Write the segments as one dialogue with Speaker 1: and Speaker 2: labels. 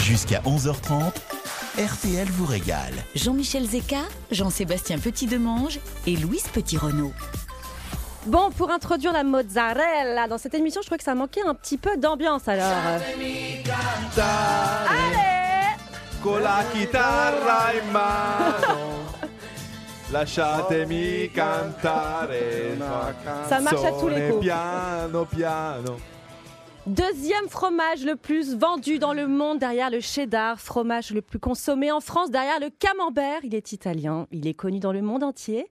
Speaker 1: Jusqu'à 11h30, RTL vous régale.
Speaker 2: Jean-Michel Zeka, Jean-Sébastien Petit-Demange et Louise Petit-Renault.
Speaker 3: Bon, pour introduire la mozzarella dans cette émission, je crois que ça manquait un petit peu d'ambiance alors. euh, Allez
Speaker 4: con la chitarra in mano. Lasciatemi cantare una canzone
Speaker 3: Ah. Ça marche à tous les coups.
Speaker 4: Piano piano.
Speaker 3: Deuxième fromage le plus vendu dans le monde derrière le cheddar, fromage le plus consommé en France derrière le camembert. Il est italien, il est connu dans le monde entier.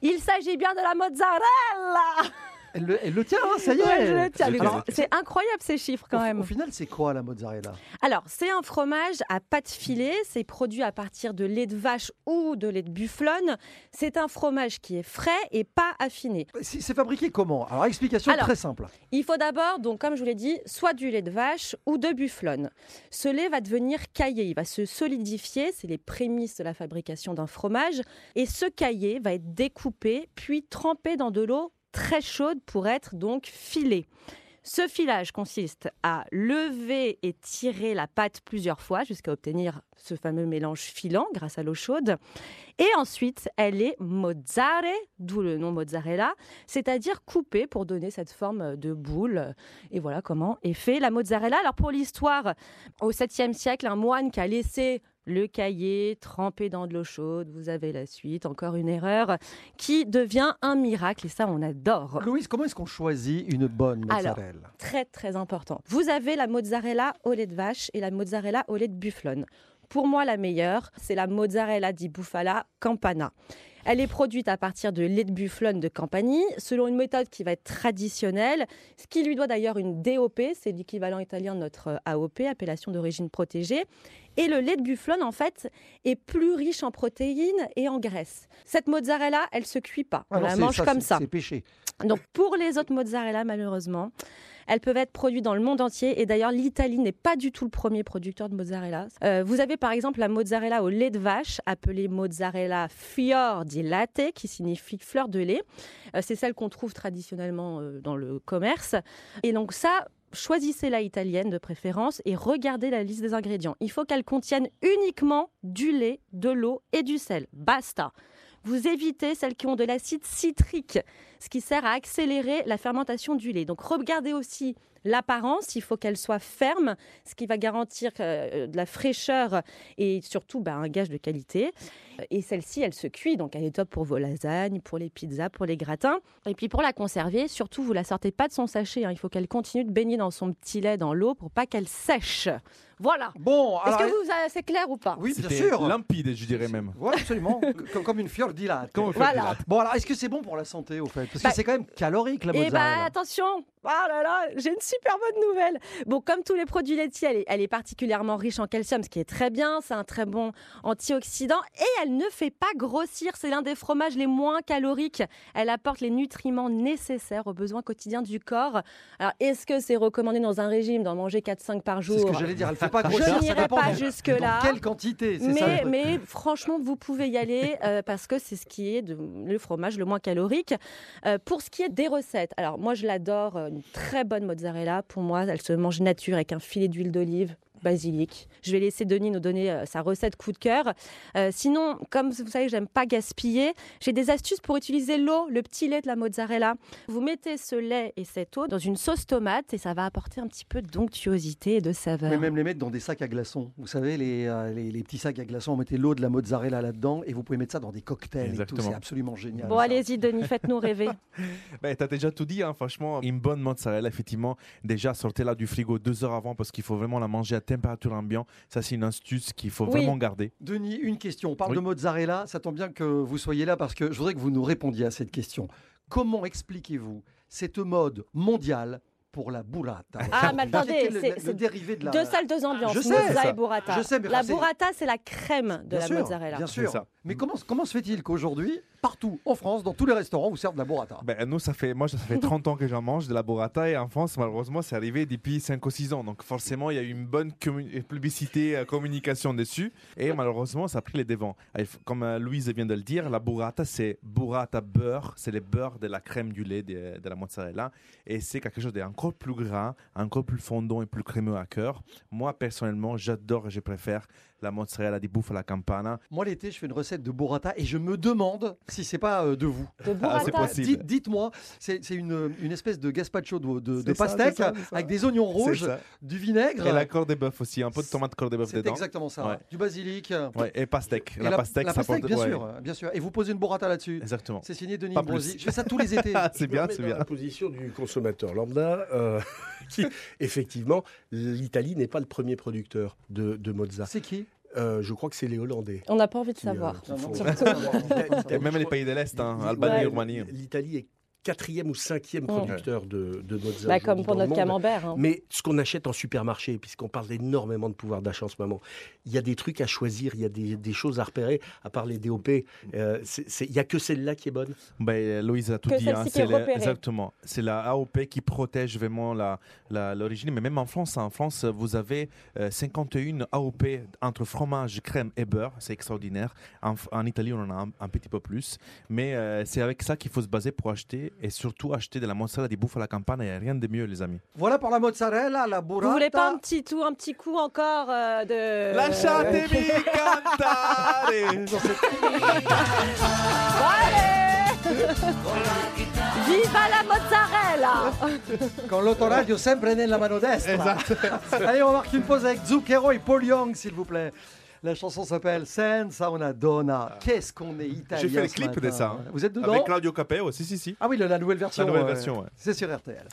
Speaker 3: Il s'agit bien de la mozzarella.
Speaker 5: Elle le, elle le tient, hein, ça y est.
Speaker 3: Ouais, je le tiens.
Speaker 4: Elle le
Speaker 3: Alors,
Speaker 4: tient.
Speaker 3: C'est incroyable ces chiffres
Speaker 5: Au-
Speaker 3: quand même.
Speaker 5: Au final, c'est quoi la mozzarella
Speaker 3: Alors, c'est un fromage à pâte filée. C'est produit à partir de lait de vache ou de lait de bufflonne. C'est un fromage qui est frais et pas affiné.
Speaker 5: C'est c'est fabriqué comment Alors, explication
Speaker 3: Alors,
Speaker 5: très simple.
Speaker 3: Il faut d'abord, donc, comme je vous l'ai dit, soit du lait de vache ou de bufflonne. Ce lait va devenir caillé, il va se solidifier, c'est les prémices de la fabrication d'un fromage. Et ce caillé va être découpé, puis trempé dans de l'eau très chaude pour être donc filé. Ce filage consiste à lever et tirer la pâte plusieurs fois jusqu'à obtenir ce fameux mélange filant grâce à l'eau chaude. Et ensuite, elle est mozzare, d'où le nom mozzarella, c'est-à-dire coupée pour donner cette forme de boule. Et voilà comment est fait la mozzarella. Alors pour l'histoire, au 7e siècle, un moine qui a laissé le cahier trempé dans de l'eau chaude, vous avez la suite, encore une erreur, qui devient un miracle. Et ça, on adore.
Speaker 5: Louise, comment est-ce qu'on choisit une bonne
Speaker 3: Alors,
Speaker 5: mozzarella
Speaker 3: Très, très important. Vous avez la mozzarella au lait de vache et la mozzarella au lait de bufflone. Pour moi, la meilleure, c'est la mozzarella di bufala campana. Elle est produite à partir de lait de bufflone de Campanie, selon une méthode qui va être traditionnelle, ce qui lui doit d'ailleurs une DOP, c'est l'équivalent italien de notre euh, AOP, appellation d'origine protégée. Et le lait de bufflone, en fait, est plus riche en protéines et en graisses. Cette mozzarella, elle se cuit pas. On
Speaker 5: Ah non,
Speaker 3: la
Speaker 5: c'est-
Speaker 3: mange comme
Speaker 5: c'est-
Speaker 3: ça.
Speaker 5: C'est péché.
Speaker 3: Donc pour les autres mozzarella, malheureusement, elles peuvent être produites dans le monde entier. Et d'ailleurs, l'Italie n'est pas du tout le premier producteur de mozzarella. Euh, vous avez par exemple la mozzarella au lait de vache, appelée mozzarella fior di latte, qui signifie fleur de lait. Euh, C'est celle qu'on trouve traditionnellement euh, dans le commerce. Et donc ça... Choisissez la italienne de préférence et regardez la liste des ingrédients. Il faut qu'elle contienne uniquement du lait, de l'eau et du sel. Basta. Vous évitez celles qui ont de l'acide citrique ce qui sert à accélérer la fermentation du lait. Donc regardez aussi l'apparence, il faut qu'elle soit ferme, ce qui va garantir euh, de la fraîcheur et surtout bah, un gage de qualité. Et celle-ci, elle se cuit, donc elle est top pour vos lasagnes, pour les pizzas, pour les gratins. Et puis pour la conserver, surtout, vous la sortez pas de son sachet, hein. il faut qu'elle continue de baigner dans son petit lait, dans l'eau, pour pas qu'elle sèche. Voilà.
Speaker 5: Bon,
Speaker 3: Est-ce
Speaker 5: alors.
Speaker 3: que vous, euh, c'est clair ou pas
Speaker 5: Oui, bien
Speaker 4: C'était
Speaker 5: sûr.
Speaker 4: Limpide, je dirais même.
Speaker 5: Ouais, absolument. comme, comme une fior di latte.
Speaker 4: Comment on fait
Speaker 3: Voilà.
Speaker 4: Pilates
Speaker 5: Bon, alors, est-ce que c'est bon pour la santé, au fait Parce
Speaker 3: Bah-
Speaker 5: que c'est quand même calorique, la
Speaker 3: Et bah
Speaker 5: mozzarella.
Speaker 3: attention, ah là là, j'ai une super bonne nouvelle. Bon, comme tous les produits laitiers, elle est, elle est particulièrement riche en calcium, ce qui est très bien. C'est un très bon antioxydant et elle ne fait pas grossir. C'est l'un des fromages les moins caloriques. Elle apporte les nutriments nécessaires aux besoins quotidiens du corps. Alors, est-ce que c'est recommandé dans un régime d'en manger 4-5 par jour
Speaker 5: c'est ce que j'allais dire. Elle ne fait pas
Speaker 3: Je
Speaker 5: grossir. ça
Speaker 3: n'irai
Speaker 5: dépend
Speaker 3: pas
Speaker 5: dans-
Speaker 3: jusque-là.
Speaker 5: dans Quelle quantité C'est ça, le
Speaker 3: mais, mais
Speaker 5: truc.
Speaker 3: franchement, vous pouvez y aller euh, parce que c'est ce qui est de- le fromage le moins calorique. Euh, pour ce qui est des recettes, alors moi je l'adore, euh, une très bonne mozzarella. Pour moi, elle se mange nature avec un filet d'huile d'olive. Basilic. Je vais laisser Denis nous donner euh, sa recette coup de cœur. Euh, sinon, comme vous savez, j'aime pas gaspiller. J'ai des astuces pour utiliser l'eau, le petit lait de la mozzarella. Vous mettez ce lait et cette eau dans une sauce tomate et ça va apporter un petit peu d'onctuosité et de saveur.
Speaker 5: Mais même les mettre dans des sacs à glaçons. Vous savez, les, euh, les, les petits sacs à glaçons, on mettait l'eau de la mozzarella là-dedans et vous pouvez mettre ça dans des cocktails et tout.
Speaker 4: Exactement.
Speaker 5: C'est absolument génial.
Speaker 3: Bon,
Speaker 5: ça.
Speaker 3: allez-y, Denis, faites-nous rêver.
Speaker 4: Ben, t'as déjà tout dit, hein, franchement. Une bonne mozzarella, effectivement, déjà sortez-la du frigo deux heures avant parce qu'il faut vraiment la manger à température ambiante. Ça, c'est une astuce qu'il faut
Speaker 3: Oui.
Speaker 4: vraiment garder.
Speaker 5: Denis, une question. On parle
Speaker 4: Oui.
Speaker 5: de mozzarella. Ça tombe bien que vous soyez là parce que je voudrais que vous nous répondiez à cette question. Comment expliquez-vous cette mode mondiale pour la burrata
Speaker 3: Ah, mais attendez,
Speaker 5: Quel est le-
Speaker 3: c'est-
Speaker 5: le
Speaker 3: c'est
Speaker 5: dérivé de la...
Speaker 3: Deux salles, deux ambiances.
Speaker 5: Ah, Je sais,
Speaker 3: mozza
Speaker 5: ça.
Speaker 3: et burrata.
Speaker 5: Je sais, mais
Speaker 3: la
Speaker 5: enfin, c'est-
Speaker 3: burrata, c'est la crème de
Speaker 5: Bien
Speaker 3: la
Speaker 5: sûr,
Speaker 3: mozzarella.
Speaker 5: Bien
Speaker 4: C'est
Speaker 5: sûr.
Speaker 4: ça.
Speaker 5: Mais comment, comment se fait-il qu'aujourd'hui, partout en France, dans tous les restaurants, vous servent de la burrata
Speaker 4: Ben, nous, ça fait, moi, ça fait 30 ans que j'en mange de la burrata et en France, malheureusement, c'est arrivé depuis 5 ou 6 ans. Donc, forcément, il y a eu une bonne commu- publicité, euh, communication dessus et malheureusement, ça a pris les devants. Et f- Comme euh, Louise vient de le dire, la burrata, c'est burrata beurre, c'est le beurre de la crème du lait, de, de la mozzarella et c'est quelque chose d'encore plus gras, encore plus fondant et plus crémeux à cœur. Moi, personnellement, j'adore et je préfère la mozzarella di bufala campana.
Speaker 5: Moi, l'été, je fais une recette de burrata et je me demande si c'est pas euh, de vous.
Speaker 3: De burrata.
Speaker 4: Ah, c'est possible.
Speaker 5: Dites- Dites-moi, c'est c'est une, une espèce de gazpacho de, de- de
Speaker 4: C'est ça,
Speaker 5: pastèque
Speaker 4: c'est ça, c'est ça.
Speaker 5: avec des oignons
Speaker 4: C'est
Speaker 5: rouges,
Speaker 4: ça.
Speaker 5: du vinaigre.
Speaker 4: Et la corde de bœuf aussi, un peu de tomate corde de bœuf
Speaker 5: C'est
Speaker 4: dedans.
Speaker 5: exactement ça.
Speaker 4: Ouais.
Speaker 5: Du basilic.
Speaker 4: Ouais, et pastèque.
Speaker 5: Et
Speaker 4: la, pastèque,
Speaker 5: la
Speaker 4: ça porte-
Speaker 5: bien
Speaker 4: ouais,
Speaker 5: sûr, euh, bien sûr. Et vous posez une burrata là-dessus.
Speaker 4: Exactement.
Speaker 5: C'est signé Denis
Speaker 4: Pas plus.
Speaker 5: Ambrosi. Je fais ça tous les étés.
Speaker 4: Ah, c'est bien,
Speaker 6: Je me
Speaker 4: c'est
Speaker 6: mets dans
Speaker 4: bien.
Speaker 6: la position du consommateur lambda, euh, qui, effectivement, l'Italie n'est pas le premier producteur de, de mozza.
Speaker 5: C'est qui
Speaker 6: Euh, je crois que c'est les Hollandais.
Speaker 3: On n'a pas envie de
Speaker 6: qui, euh,
Speaker 3: savoir.
Speaker 6: qui
Speaker 5: Non,
Speaker 6: font-
Speaker 5: non,
Speaker 3: surtout-
Speaker 4: Et même les pays de l'Est, hein, Albanie,
Speaker 3: Ouais.
Speaker 4: Roumanie.
Speaker 6: L'Italie est quatrième ou cinquième producteur de, de mozza.
Speaker 3: Mm. Bah, comme
Speaker 6: aujourd'hui
Speaker 3: pour
Speaker 6: dans le
Speaker 3: notre
Speaker 6: monde.
Speaker 3: camembert. hein.
Speaker 6: Mais ce qu'on achète en supermarché, puisqu'on parle énormément de pouvoir d'achat en ce moment, il y a des trucs à choisir, il y a des, des choses à repérer, à part les DOP. euh, c'est- c'est- Il n'y a que celle-là qui est bonne.
Speaker 4: Ben, Louise a tout
Speaker 3: Que
Speaker 4: dit. hein,
Speaker 3: celle-ci qui
Speaker 4: c'est
Speaker 3: est
Speaker 4: la-
Speaker 3: repérée.
Speaker 4: exactement. C'est la AOP qui protège vraiment l'origine. La, l'origine. Mais même en France, hein, en France, vous avez euh, 51 AOP entre fromage, crème et beurre. C'est extraordinaire. En, F- en Italie, on en a un, un petit peu plus. Mais euh, c'est avec ça qu'il faut se baser pour acheter et surtout acheter de la mozzarella des bouffes à la campagne. Il n'y a rien de mieux, les amis.
Speaker 5: Voilà pour la mozzarella, la burrata.
Speaker 3: Vous voulez pas un petit tour, un petit coup encore euh, de.
Speaker 4: cantare
Speaker 3: Viva la mozzarella
Speaker 5: Quand l'autoradio sempre nella mano destra. Allez, on marque une pause avec Zucchero et Paul Young, s'il vous plaît. La chanson s'appelle Senza una donna. Qu'est-ce qu'on est italien
Speaker 4: Ah. J'ai fait le
Speaker 5: ce
Speaker 4: clip
Speaker 5: matin.
Speaker 4: de ça, hein.
Speaker 5: Vous êtes dedans
Speaker 4: Avec Claudio Capeo, si, si, si.
Speaker 5: Ah oui, la, la nouvelle version.
Speaker 4: nouvelle version, ouais.
Speaker 5: C'est sur RTL.